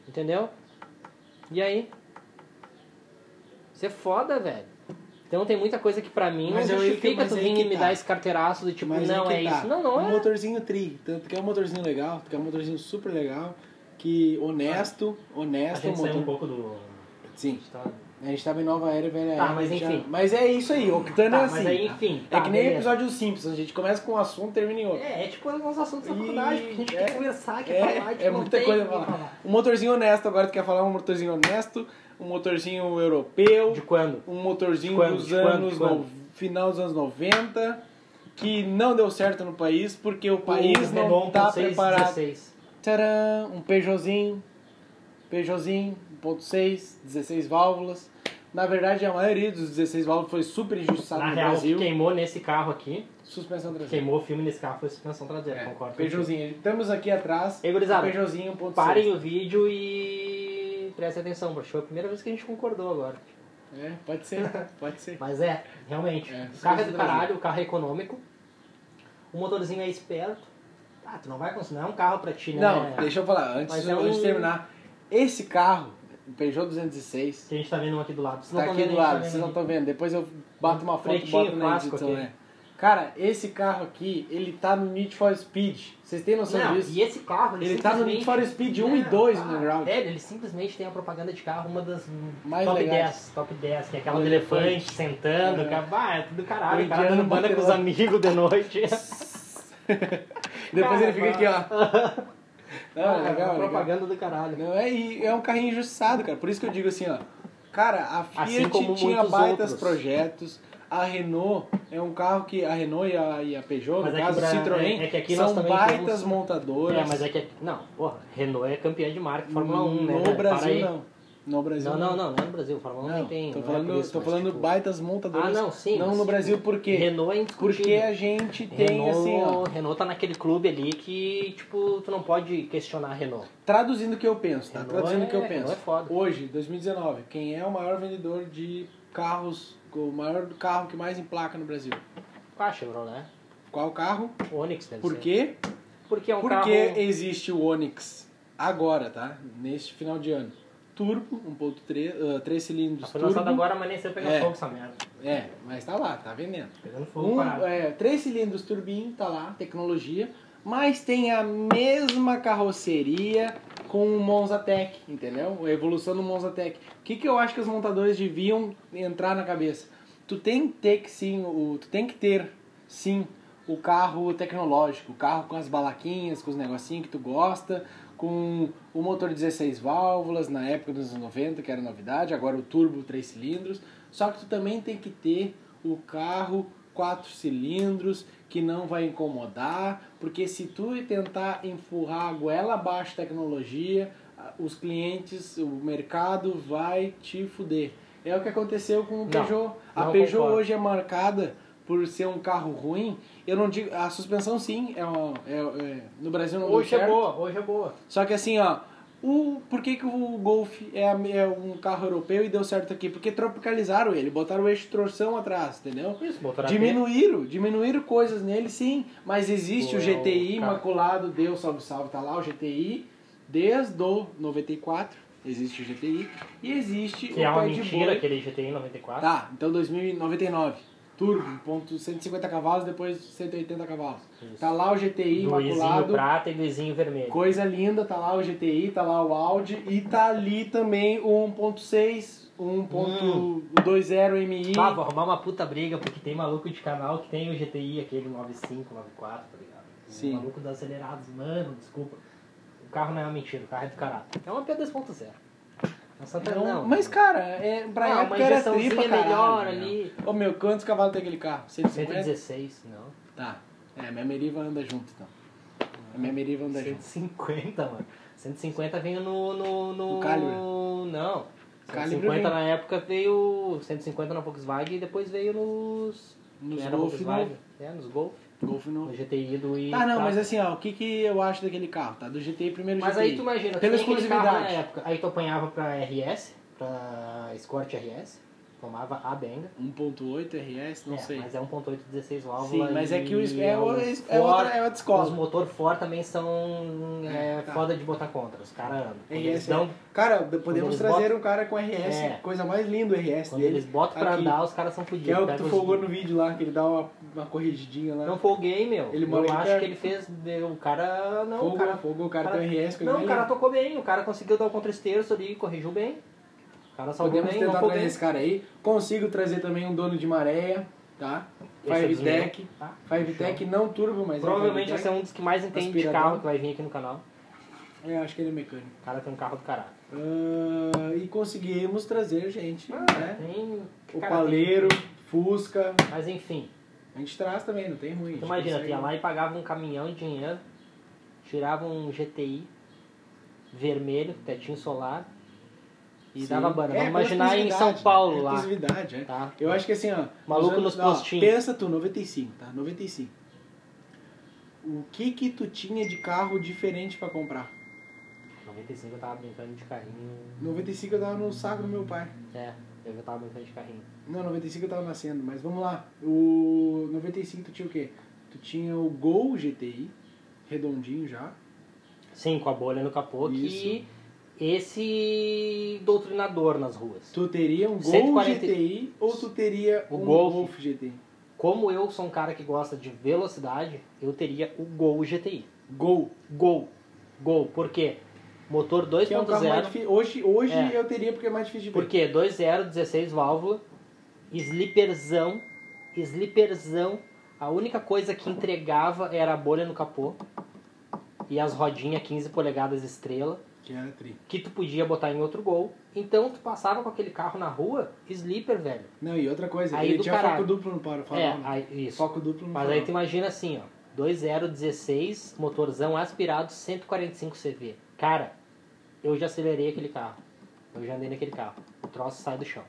Entendeu? E aí? Isso é foda, velho. Então tem muita coisa que pra mim Mas não é aí que- justifica mas tu é aí vir que e me tá. dar esse carteiraço do tipo, Mas não que é, tá. isso. Não, não Um é. motorzinho tri. Tanto que é um motorzinho legal, tu quer um motorzinho super legal, que honesto, A honesto, gente motor. saiu um pouco do... Sim. Tá A gente tava em nova era, velha Tá, era. mas a gente enfim. Já... Mas é isso aí, Octano é Tá, assim. mas aí, enfim, É tá, que nem beleza. episódio dos Simpsons, a gente começa com um assunto, termina em outro. É, é tipo os assuntos da E- faculdade, que a gente é, quer conversar, quer É, falar, tipo, é não muita tem coisa o pra que falar. Um motorzinho honesto, agora tu quer falar um motorzinho honesto, um motorzinho europeu, De quando? um motorzinho de quando, dos de quando, anos, de quando? no- final dos anos 90, que não deu certo no país, porque o país O não Renault tá 1.6, preparado. 16. Tcharam, um Peugeotzinho, Peugeotzinho 1.6, 16 válvulas. Na verdade, a maioria dos 16 válvulas foi super injustiçada Na no real, o que Brasil. queimou nesse carro aqui, Suspensão traseira. queimou o filme nesse carro foi a suspensão traseira, concordo. com você. Peugeotzinho. Estamos aqui atrás. Ei, gurizada, Peugeotzinho 1.6. Parem o vídeo e prestem atenção, porque foi a primeira vez que a gente concordou agora. É, pode ser, pode ser. Mas é, realmente. É, o carro é suspensão do traseira. caralho, o carro é econômico. O motorzinho é esperto. Ah, tu não vai conseguir, não é um carro pra ti, né? Não, deixa eu falar, antes, Mas de- é um- antes de terminar. Esse carro, o Peugeot 206, Que a gente tá vendo um aqui do lado. Vocês não tá tão aqui vendo, do a gente lado, tá vendo vocês não ali. estão vendo. Depois eu bato uma foto e Pretinho, boto na clássico edição, aqui. né? Cara, esse carro aqui, ele tá no Need for Speed. Vocês têm noção Não, disso? e esse carro, ele, Ele tá no Need simplesmente- for Speed 1 e né? Não, 2 tá. no Underground. Velho, ele simplesmente tem a propaganda de carro, uma das Mais top legais. 10, top 10, que é um aquela Do do elefante, elefante. sentando, É. o Tá, cara, ah, é tudo caralho, O o cara indiano dando banda com os batendo. amigos de noite. Depois ele fica aqui, ó. Não, Ah, é legal, é legal. propaganda do caralho. Não, é, e é um carrinho injustiçado, cara. Por isso que eu digo assim, ó. Cara, a Fiat Assim como tinha muitos baitas outros. projetos. A Renault é um carro que a Renault e a, e a Peugeot, Mas no é que caso, pra- Citroën, é- é que aqui nós são também baitas temos- montadoras. É, mas é que. Não, porra, Renault é campeã de marca de Fórmula 1, né? No velho? Para Brasil, aí. não. No Brasil, Não, não, não, não é no Brasil, Fórmula 1 Não, nem tem. tô não é falando, por isso, tô mas, falando tipo, baitas montadoras. Ah, não, sim, Não mas, no tipo, Brasil, por quê? Renault é indiscutível. Porque a gente tem, Renault, assim, ó. Renault tá naquele clube ali que, tipo, tu não pode questionar a Renault. Traduzindo o que eu penso, tá? Renault Traduzindo o que eu é- penso. Renault é foda. Hoje, 2019, quem é o maior vendedor de carros, o maior carro que mais emplaca no Brasil? Ah, Chevrolet. Qual carro? Onix deve Por ser. quê? Porque é um carro... Porque existe o Onix agora, tá? Neste final de ano. Turbo, 1.3, 3 ah, cilindros Foi turbo. Tá lançado agora, mas nem sei pegar É. fogo essa merda. É, mas tá lá, tá vendendo. Pegando fogo, Um, parado. é, três cilindros turbinho, tá lá, tecnologia, mas tem a mesma carroceria com o Monza Tech, entendeu? A evolução do Monza Tech. O que, que eu acho que os montadores deviam entrar na cabeça? Tu tem que ter que sim, o, tu tem que ter sim o carro tecnológico, o carro com as balaquinhas, com os negocinhos que tu gosta, com o motor 16 válvulas na época dos anos 90, que era novidade, agora o turbo 3 cilindros. Só que tu também tem que ter o carro quatro cilindros que não vai incomodar, porque se tu tentar empurrar a goela abaixo da tecnologia, a- os clientes, o mercado vai te fuder. É o que aconteceu com o Não, Peugeot. A não Peugeot concordo. hoje é marcada por ser um carro ruim. Eu não digo, a suspensão sim, é, uma, é- é- no Brasil não deu Hoje é certo. boa, hoje é boa. Só que assim, ó, o, por que, que o Golf é, a- é um carro europeu e deu certo aqui? Porque tropicalizaram ele, botaram o eixo torção atrás, entendeu? Isso, motor AP. Diminuíram, diminuíram coisas nele sim, mas existe Pô, o é GTI o cara. imaculado, Deus salve salve, tá lá o GTI desde o 94, existe o GTI e existe Que o é uma pé de mentira boi. aquele GTI 94. Tá, então 2099. Turbo, um ponto 150 cavalos, depois 180 cavalos. Isso. Tá lá o GTI do Luizinho imaculado. prata e Luizinho vermelho. Coisa linda, tá lá o GTI, tá lá o Audi e tá ali também o 1.6, o 1.20 MI. Ah, vou arrumar uma puta briga, porque tem maluco de canal que tem o GTI, aquele 95, 94, tá ligado? Sim. O maluco dos acelerados, mano, desculpa. O carro não é uma mentira, o carro é do caralho. É uma P2.0. É um Santana, Então, não. Mas, cara, é, pra Ah, uma época era injeçãozinha tripa, caralho, é? melhor né? ali. Ô, meu, quantos cavalos tem aquele carro? 150? 116, não. Tá. É, minha Meriva anda junto, então. A minha Meriva anda junto. 150, mano. 150 veio no. no, no... No Calibre. Não. Calibre 150 vem. na época veio. 150 na Volkswagen e depois veio nos. Nos era Golf, né? Volkswagen. É, nos Golf. no Golf No no... GTI do I. Tá, não, tá. mas assim, ó, o que que eu acho daquele carro, tá? Do GTI primeiro Mas GTI. aí tu imagina, Pela tu tinha aquele carro exclusividade. Na época, aí tu apanhava pra RS, pra Escort RS, tomava a benga. 1.8 RS, não É, sei. Mas é 1.816 válvula. Sim, mas é que o, e é, o, é, outra, os Ford- é outra Os escola. motor Ford também são é, É, tá. É, foda de botar contra. Os caras andam. Quando eles RS, dão- cara, quando podemos eles trazer botam- um cara com RS, É. coisa mais linda o RS Quando dele. eles botam pra Aqui, andar, os caras são Que fodidos. é o que Pega tu os- folgou no vídeo lá, que ele dá uma, uma corrigidinha lá. Não folguei, meu. Ele mora eu ali acho perto. que ele fez. deu- O cara. Não, Folgou, o cara. folgou, o cara tem RS, coisa Não, o mais cara um linda. tocou bem. O cara conseguiu dar o contra-esterço ali, corrigiu bem. cara salvou Podemos bem, tentar vamos trazer esse cara aí. Consigo trazer também um dono de maréia, tá? Esse é Five dos Tech. meus, tá? Five Tech não turbo, mas Provavelmente é vai um Five ser um dos que mais entende de Aspirador. carro que vai vir aqui no canal. Tech. É, acho que ele é mecânico. O cara tem um carro do caralho. Ah, e conseguimos trazer gente, né? Tem, O é. cara, Paleiro, Fusca. tem- Mas enfim, A gente traz também, não tem ruim. a gente tu imagina, tu consegue. ia lá e pagava um caminhão de dinheiro, tirava um GTI vermelho, tetinho solar, e Sim. dava banda. É, Vamos imaginar em São exclusividade, Paulo é, lá. exclusividade, é. Tá? Eu acho que assim, ó. Maluco usando- nos ó, postinhos. Pensa tu, 95, tá? 95. O que que tu tinha de carro diferente pra comprar? 95 eu tava brincando de carrinho. 95 eu tava no saco do meu pai. É, eu tava brincando de carrinho. Não, 95 eu tava nascendo, mas vamos lá. O 95 tu tinha o quê? Tu tinha o Gol GTI, redondinho já. Sim, com a bolha no capô Isso. que esse doutrinador nas ruas. Tu teria um Gol 140 GTI ou tu teria O um Golf. Golf, GTI? Como eu sou um cara que gosta de velocidade, eu teria o Gol GTI. Gol. Gol. Gol. Por quê? Motor Que é um carro mais 2.0. difícil. Hoje, hoje É. eu teria porque é mais difícil de ver. Por quê? 2.0, 16 válvula, slipperzão, slipperzão. A única coisa que entregava era a bolha no capô e as rodinhas 15 polegadas estrela. Que era tri. que tu podia botar em outro gol. Então tu passava com aquele carro na rua, sleeper, velho. Não, e outra coisa, Aí ele do tinha caralho. foco duplo no para farol. é, né? aí, isso. Foco duplo no Mas farol. aí tu imagina assim, ó. 2.016, motorzão aspirado, 145 CV. Cara, eu já acelerei aquele carro. Eu já andei naquele carro. O troço sai do chão.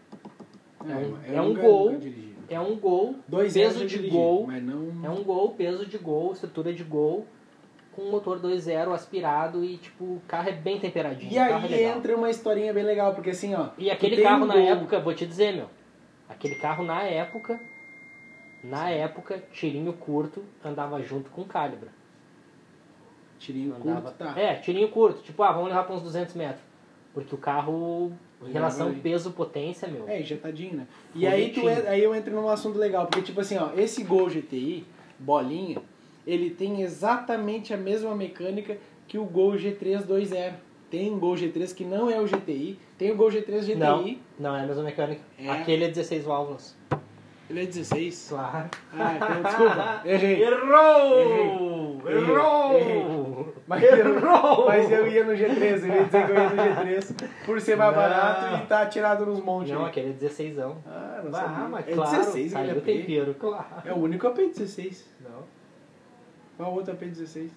É, é eu um nunca- gol. nunca dirigi. É um gol, Dois peso anos eu de dirigi, gol. Mas não... É um gol, peso de gol, estrutura de gol, com motor 2.0 aspirado e tipo, o carro é bem temperadinho. E o carro é aí legal. entra uma historinha bem legal, porque assim, ó. E aquele tem carro um na gol. época, vou te dizer, meu. Aquele carro na época, na época, tirinho curto andava junto com calibra. Tirinho Andava... curto, tá. É, tirinho curto. Tipo, ah, vamos levar pra uns 200 metros. Porque o carro, em Ele relação vai bem. peso-potência, meu. É, injetadinho, né? E aí, tu, Bonitinho. en- aí eu entro num assunto legal, porque tipo assim, ó, esse Gol GTI, bolinha, ele tem exatamente a mesma mecânica que o Gol G3 2.0. Tem Gol G3 que não é o GTI, tem o Gol G3 GTI, não, não é a mesma mecânica. É. Aquele é 16 válvulas. ele é 16. Claro. Ah, então, desculpa, errei. Errou! Errei. Errou! Mas eu, Errou! mas eu ia no G3, eu ia dizer que eu ia no G3 por ser mais Não. barato e tá tirado nos montes. Não, aí. aquele é 16. Ah, não sabia. Ah, mas é claro, 16 aquele saiu o AP. tempero, claro. É o único AP16. Não. Qual outro AP16?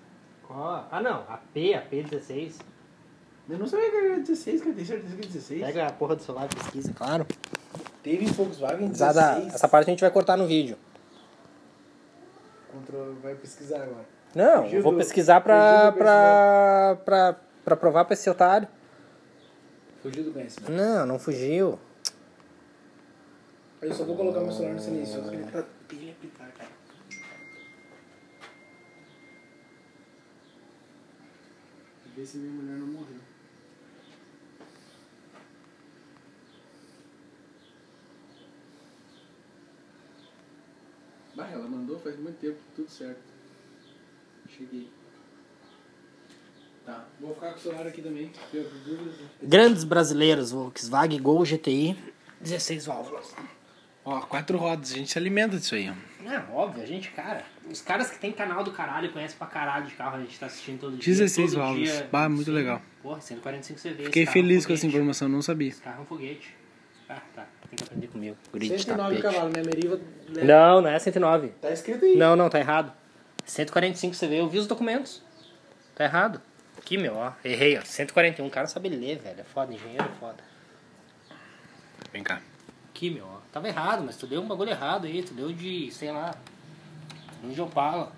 Ó, Ah, não. A P, a P16. Eu não sabia que era 16, cara. Tenho certeza que é 16. Pega a porra do celular e pesquisa. é Claro. Teve Volkswagen Zada, 16. essa parte a gente vai cortar no vídeo. Control- Vai pesquisar agora. Não, Fugiu eu vou do- pesquisar pra, fugiu do pra, pra, pra provar pra esse otário. Fugiu do conhecimento. Não, não fugiu. Eu só vou colocar meu celular no silencioso, que ele tá pilha pitar, cara. Ver se minha mulher não morreu. Bah, ela mandou faz muito tempo, tudo certo. Cheguei. Tá, vou ficar com o celular aqui também. se eu tiver dúvidas. Grandes brasileiros, Volkswagen Gol GTI, 16 válvulas. Ó, quatro rodas, a gente se alimenta disso aí. Não, óbvio, a gente, cara. Os caras que tem canal do caralho conhecem pra caralho de carro, a gente tá assistindo todo dia. 16 todo válvulas. dia. Bah, muito legal. Porra, 145 CV. Fiquei esse carro é um feliz com essa foguete. informação, não sabia. Esse carro é um foguete. Ah, tá. Tem que aprender comigo. Grid de tapete. né? Meriva. Não, não é 109. Tá escrito aí. Não, não, tá errado. 145 CV, eu vi os documentos. Tá errado. Aqui, meu, ó. Errei, ó. 141, o cara sabe ler, velho. É foda, engenheiro é foda. Vem cá. Aqui, meu, ó. Tava errado, mas tu deu um bagulho errado aí. Tu deu de, sei lá. Tu um deu de Opala.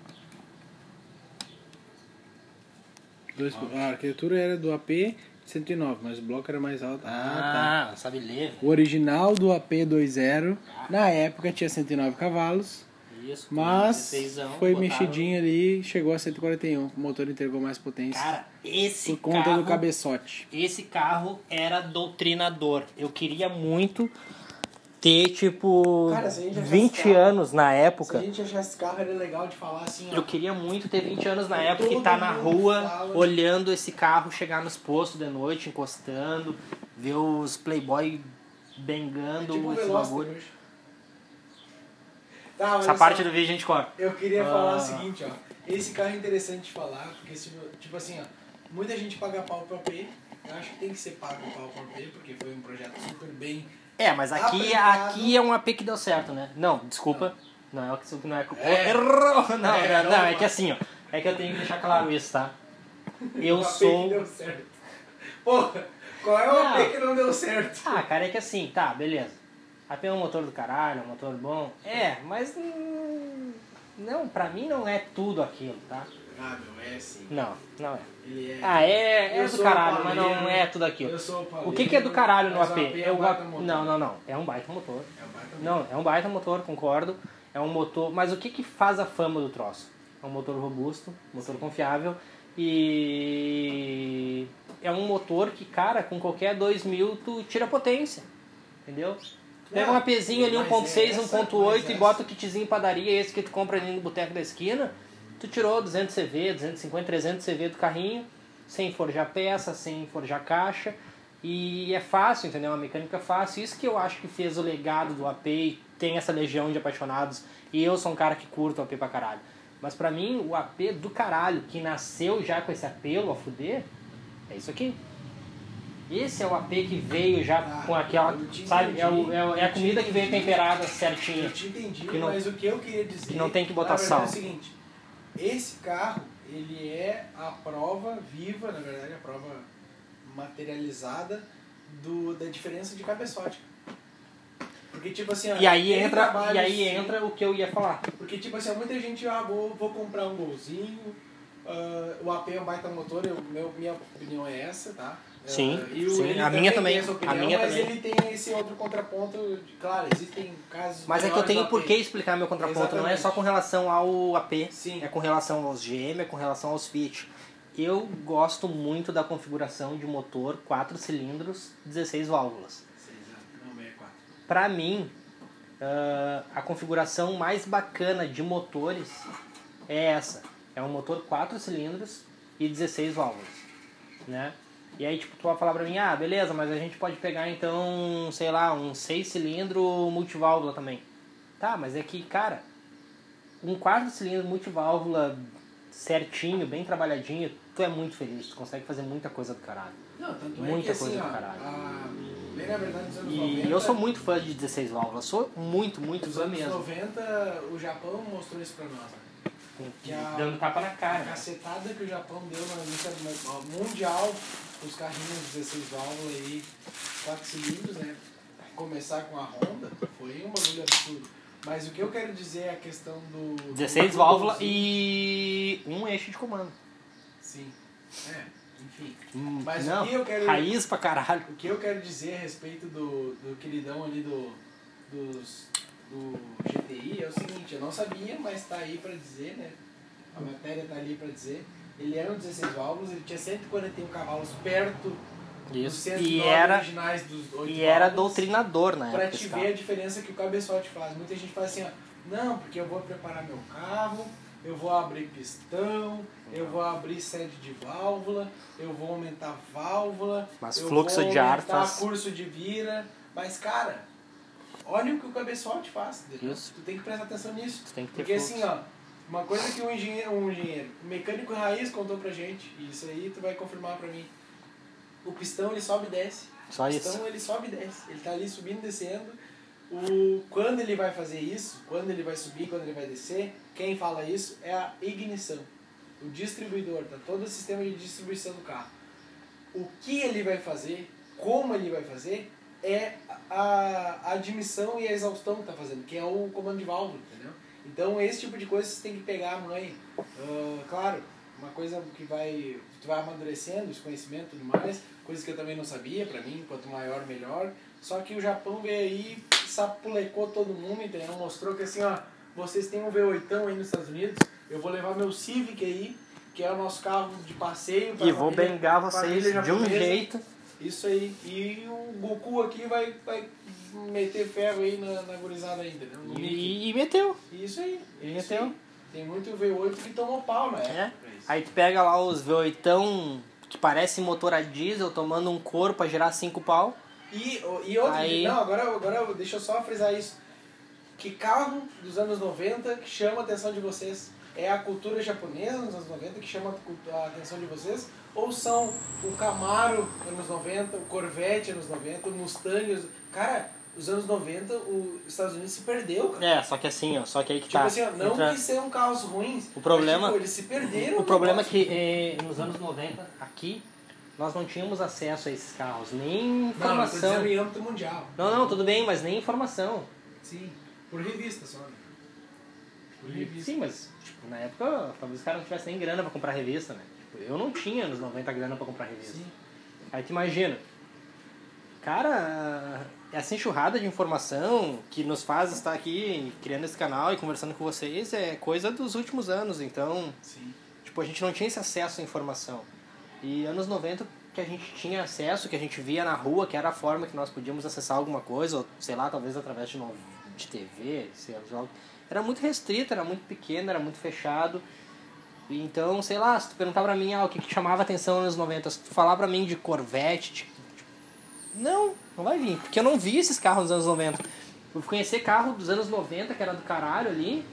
Dois, a arquitetura era do AP 109, mas o bloco era mais alto. Ah, tá. Ah, sabe ler, velho. O original do AP 20, na época tinha 109 cavalos, Isso. com mas 16ão, foi botaram- mexidinho ali, chegou a 141. O motor entregou mais potência Cara, esse por conta carro, do cabeçote. Esse carro era doutrinador. Eu queria muito ter, tipo, Cara, se a gente 20 arrastar- anos na Se a época. gente achasse esse carro, era legal de falar assim, ó. Eu queria muito ter 20 anos na época e Todo estar na mundo rua fala. né? olhando esse carro chegar nos postos de noite, encostando, ver os playboy É bengando tipo um esse Veloster bagulho. hoje. Tá, olha Essa só. parte do vídeo a gente corta. Eu queria Ah. falar o seguinte, ó. Esse carro é interessante de falar, porque, se, tipo assim, ó. Muita gente paga pau pra P. Eu acho que tem que ser pago pau pra P, porque foi um projeto super bem... É, mas aqui, Aplicado. aqui é um AP que deu certo, né? Não, desculpa. Não, é o que não é. É. Errou! Não, É, não, não, é não. que assim, ó. É que eu tenho que deixar claro isso, tá? o Eu AP que sou. um- deu certo. Porra, qual é o AP Não. que não deu certo? Ah, cara, é que assim, tá, beleza. AP é um motor do caralho, é um motor bom. É, mas. hum, Não, pra mim não é tudo aquilo, tá? Ah, meu, é assim. Não, não é. Ele é... Ah, é, Eu é do sou caralho, mas palheiro, não é tudo aquilo. Eu sou o O que, que é do caralho no mas AP? O AP é É um o baita a- motor. Não, não, não. É um baita motor. É um baita motor. Não, é um baita motor, concordo. É um motor, mas o que que faz a fama do troço? É um motor robusto, motor confiável e é um motor que, cara, com qualquer 2000 tu tira potência. Entendeu? Pega um É, APzinho ali mas 1.6, é essa, 1.8 mas e essa. bota o kitzinho em padaria, esse que tu compra ali no boteco da esquina, tu tirou 200 CV, 250, 300 CV do carrinho, sem forjar peça, sem forjar caixa. E é fácil, entendeu? Uma mecânica fácil. Isso que eu acho que fez o legado do AP e tem essa legião de apaixonados. E eu sou um cara que curto o AP pra caralho. Mas pra mim, o AP do caralho, que nasceu já com esse apelo a fuder, é isso aqui. Esse é o AP que veio já Ah, com aquela. eu te Sabe? É, o- entendi. é o- é a comida que veio temperada certinha. Eu te entendi, Que não- mas o que eu queria dizer. que não tem que botar na verdade, sal. É o seguinte: esse carro, ele é a prova viva, na verdade, a prova materializada do, da diferença de cabeçote. Porque, tipo assim, ó, E aí tem entra, trabalhos- e aí entra o que eu ia falar. Porque, tipo assim, ó, muita gente, ah, vou, vou comprar um golzinho. ah, o AP é um baita motor, eu, meu, minha opinião é essa, tá? Sim, Ah, e o- sim, ele a minha também, tem essa a opinião, minha mas também. ele tem esse outro contraponto, de, claro, existem casos. Mas é que eu maiores do tenho AP. por que explicar meu contraponto. Não é Exatamente. só com relação ao AP, Sim. é com relação aos GM, é com relação aos Fiat. Eu gosto muito da configuração de motor 4 cilindros, 16 válvulas. Pra mim, ah, a configuração mais bacana de motores é essa. É um motor 4 cilindros e 16 válvulas, né? E aí, tipo, tu vai falar pra mim, ah, beleza, mas a gente pode pegar, então, sei lá, um 6 cilindro multiválvula também. Tá, mas é que, cara, um 4 cilindro multiválvula certinho, bem trabalhadinho, tu é muito feliz, tu consegue fazer muita coisa do caralho. Não, tanto é Muita que, assim, coisa do ó, caralho. A... Bem na verdade, nos anos E 90, eu sou muito fã de 16 válvulas, sou muito, muito Nos fã anos mesmo. 90, o Japão mostrou isso pra nós. né? E assim, Dando tapa na A cara. cacetada que o Japão deu na lista mu- mundial, os carrinhos 16 válvulas aí, 4 cilindros, né? Começar com a Honda, foi um bagulho absurdo. Mas o que eu quero dizer é a questão do. do- 16 do- válvulas e um eixo de comando. Sim. É, enfim. Hum, Mas não, o que eu quero. raiz pra caralho. O que eu quero dizer a respeito do, do queridão ali do, dos, do GTI é o seguinte, eu não sabia, mas tá aí pra dizer, né? A matéria tá ali pra dizer. Ele era um 16 válvulas, ele tinha 141 cavalos perto dos Isso. 109 E era, originais dos 8 e era doutrinador na Pra época. te esse ver a cara. diferença que o cabeçote faz. Muita gente fala assim, ó, não, porque eu vou preparar meu carro, eu vou abrir pistão, eu vou abrir sede de válvula, eu vou aumentar a válvula, Mas eu fluxo vou de ar aumentar faz- curso de vira. Mas, cara, olha o que o cabeçote faz. entendeu? Isso. Tu tem que prestar atenção nisso. Tu tem que ter Porque fluxo. assim, ó, uma coisa que um engenheiro, um engenheiro, um mecânico raiz contou pra gente, e isso aí tu vai confirmar pra mim. O pistão ele sobe e desce. Só o isso. pistão Então, ele sobe e desce. Ele tá ali subindo e descendo. O, quando ele vai fazer isso, quando ele vai subir, quando ele vai descer, quem fala isso é a ignição. O distribuidor, tá? Todo o sistema de distribuição do carro. O que ele vai fazer, como ele vai fazer, é a, a admissão e a exaustão que tá fazendo, que é o comando de válvula, entendeu? Então esse tipo de coisa você tem que pegar a mãe. Ah, claro, uma coisa que vai. Tu vai amadurecendo esse conhecimento e tudo mais, coisas que eu também não sabia, pra mim, quanto maior, melhor. Só que o Japão veio aí, sapulecou todo mundo, entendeu? Mostrou que assim, ó, vocês têm um V8 aí nos Estados Unidos, eu vou levar meu Civic aí, que é o nosso carro de passeio. pra E vou família- bengar família vocês de um japonesa. jeito. E Isso aí. E o Goku aqui vai, vai meter ferro aí na, na gurizada aí, entendeu? No Mickey. E, e meteu. Isso aí. E isso meteu. aí. Tem muito V8 que tomou pau, né? É. Aí tu pega lá os V8 que parece motor a diesel tomando um corpo pra gerar cinco pau. E, e outro, Aí- não, agora, agora deixa eu só frisar isso. Que carro dos anos 90 que chama a atenção de vocês? É a cultura japonesa dos anos 90 que chama a cu- a atenção de vocês? Ou são o Camaro anos 90, o Corvette anos 90, o Mustang? Os... Cara, os anos 90, os Estados Unidos se perdeu, cara. É, só que assim, ó, só que aí que Tipo tá. assim, ó, não entra- que sejam carros ruins. O problema- mas, tipo, eles se perderam. O problema é negócio. que eh, nos anos 90, aqui, nós não tínhamos acesso a esses carros, nem Não, eu tô informação. dizendo em âmbito mundial. Não, não, tudo bem, mas nem informação. Sim. Por revista só, né? Por revista. Sim, mas tipo, na época talvez os caras não tivessem nem grana pra comprar revista, né? Tipo, eu não tinha nos 90 grana pra comprar revista. Sim. Aí tu imagina. Cara, essa enxurrada de informação que nos faz estar aqui criando esse canal e conversando com vocês é coisa dos últimos anos, então Sim. Tipo, a gente não tinha esse acesso à informação. E anos 90 que a gente tinha acesso, que a gente via na rua, que era a forma que nós podíamos acessar alguma coisa, ou sei lá, talvez através de, no- de TV, sei lá, algo. Era muito restrito, era muito pequeno, era muito fechado. E Então, sei lá, se tu perguntar pra mim ah, o que, que chamava atenção nos anos 90, se tu falar pra mim de Corvette, de- de- não, não vai vir, porque eu não vi esses carros nos anos 90. Eu fui conhecer carro dos anos 90, que era do caralho ali,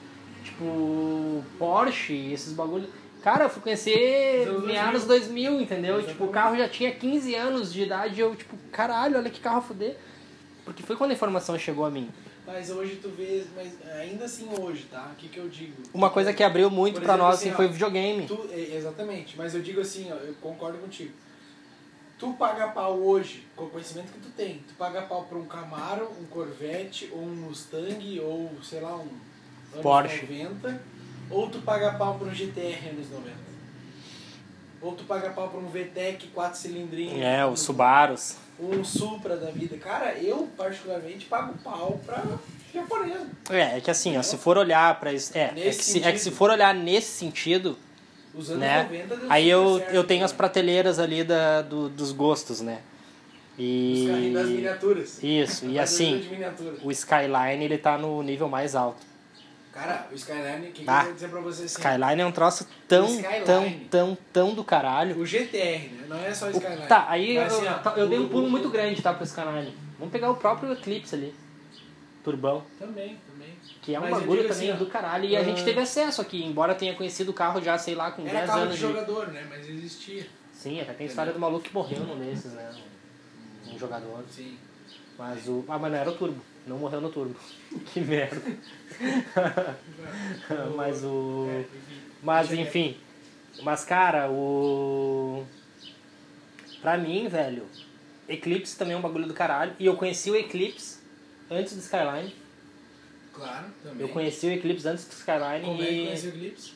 tipo Porsche, esses bagulho. Cara, eu fui conhecer Dos anos meados 2000, entendeu? Exatamente. Tipo, o carro já tinha 15 anos de idade, eu tipo, caralho, olha que carro a fuder. Porque foi quando a informação chegou a mim. Mas hoje tu vê, mas ainda assim hoje, tá? O que, que eu digo? Uma coisa que abriu muito Por pra exemplo, nós assim, assim, ó, foi o videogame. Tu, é, exatamente, mas eu digo assim, ó, eu concordo contigo. Tu paga pau hoje, com o conhecimento que tu tem, tu paga pau pra um Camaro, um Corvette, ou um Mustang, ou sei lá, um anos Porsche. 90, ou tu paga pau pra um GTR anos 90. Ou tu paga pau pra um VTEC 4 cilindrinhos. É, um- os Subarus. Um Supra da vida. Cara, eu particularmente pago pau pra japonesa. É, é que assim, ó, se for olhar pra isso. É, é que, Nesse se, é que se sentido. for olhar nesse sentido, Os anos né? 90 deu Aí super eu, certo, eu tenho né? as prateleiras ali da, do- dos gostos, né? Os carrinhos das E. miniaturas. Isso, e As assim, De miniatura. o Skyline ele tá no nível mais alto. Cara, o Skyline, o que, que Ah, eu vou dizer pra vocês? assim? Skyline é um troço tão, Skyline. tão, tão, tão do caralho. O GTR, né? Não é só o Skyline. Tá, aí eu, Mas, assim, ó, tá, eu dei um o- pulo o- muito grande, tá, pro Skyline. Vamos pegar o próprio Eclipse ali. Turbão. Também, também. Que é um Mas eu bagulho digo também assim, ó, do caralho. E a ah, gente teve acesso aqui, embora tenha conhecido o carro já, sei lá, com Era 10 carro de anos de. jogador, né? Mas existia. Sim, até tem história do maluco que morreu num desses, né? Um jogador. Sim. Mas o. Ah, mas não era o turbo. Não morreu no turbo. que merda. mas o. É, enfim. Mas Deixa eu ver. enfim. Mas cara, o. Pra mim, velho, Eclipse também é um bagulho do caralho. E eu conheci o Eclipse antes do Skyline. Claro, também. Eu conheci o Eclipse antes do Skyline Como é que e conheceu o Eclipse?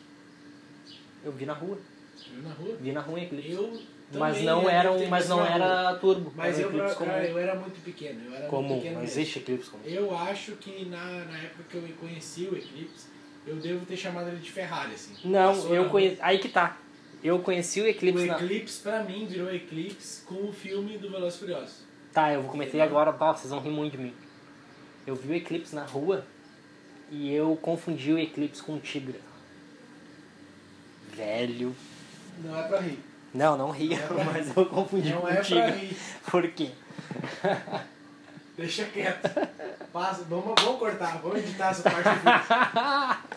eu vi na rua. Eu na rua. Vi na rua o Eclipse. Eu mas também não ia era, ter um, que mas ser não na rua. era turbo. Mas era eu, um pra, Eclipse comum. cara, eu era muito pequeno. Eu era muito comum. pequeno Não mesmo. existe Eclipse comum. Eu acho que na, na época que eu conheci o Eclipse, eu devo ter chamado ele de Ferrari, assim. Não, Passou na eu rua. conheci. Aí que tá. Eu conheci o O Eclipse na. Eclipse, pra mim, virou Eclipse com o filme do Veloz Furioso. Tá, eu vou comecei agora, tá, vocês vão rir muito de mim. Eu vi o Eclipse na rua e eu confundi o Eclipse com um o Tigra. Velho. Não é pra rir. Não, não ria, mas eu confundi é Não com é o pra Tigra. rir. Por quê? Deixa quieto. Passa. Vamos, vamos cortar, vamos editar essa parte do vídeo.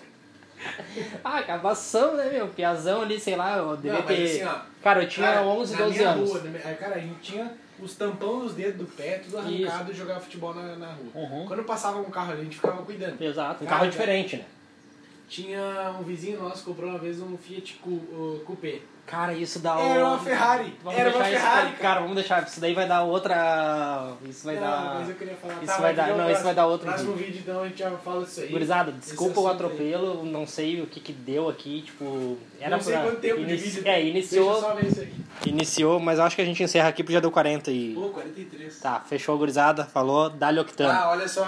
Ah, acabação, né, meu? Piazão ali, sei lá, eu devia Não, mas ter. assim, ó. Cara, eu tinha Cara, 11, na 12 minha anos. Rua, na minha- é, cara, a gente tinha os tampão dos dedos do pé, tudo arrancado, e jogava futebol na, na rua. Uhum. Quando passava um carro ali, a gente ficava cuidando. Exato, um Cara, carro diferente, né? Tinha um vizinho nosso que comprou uma vez um Fiat Cu, uh, Coupé. Cara, isso dá Era um- uma Ferrari. Vamos Era uma deixar isso pra- Ferrari, cara. vamos deixar. Isso daí vai dar outra. Isso vai não, dar. mas eu queria falar. Isso tá, vai dar- fica não, no isso vai dar outro Próximo vídeo, então, a gente já fala disso aí. Gurizada, Esse desculpa o assunto aí. atropelo, não sei o que que deu aqui, tipo. Era não sei pra- quanto tempo inici- de vídeo. É, Deixa eu iniciou, só ver isso aí. iniciou, mas eu acho que a gente encerra aqui porque já deu 40 e. Pô, 43. Tá, fechou, gurizada, falou, dá-lhe octano. Ah, olha só.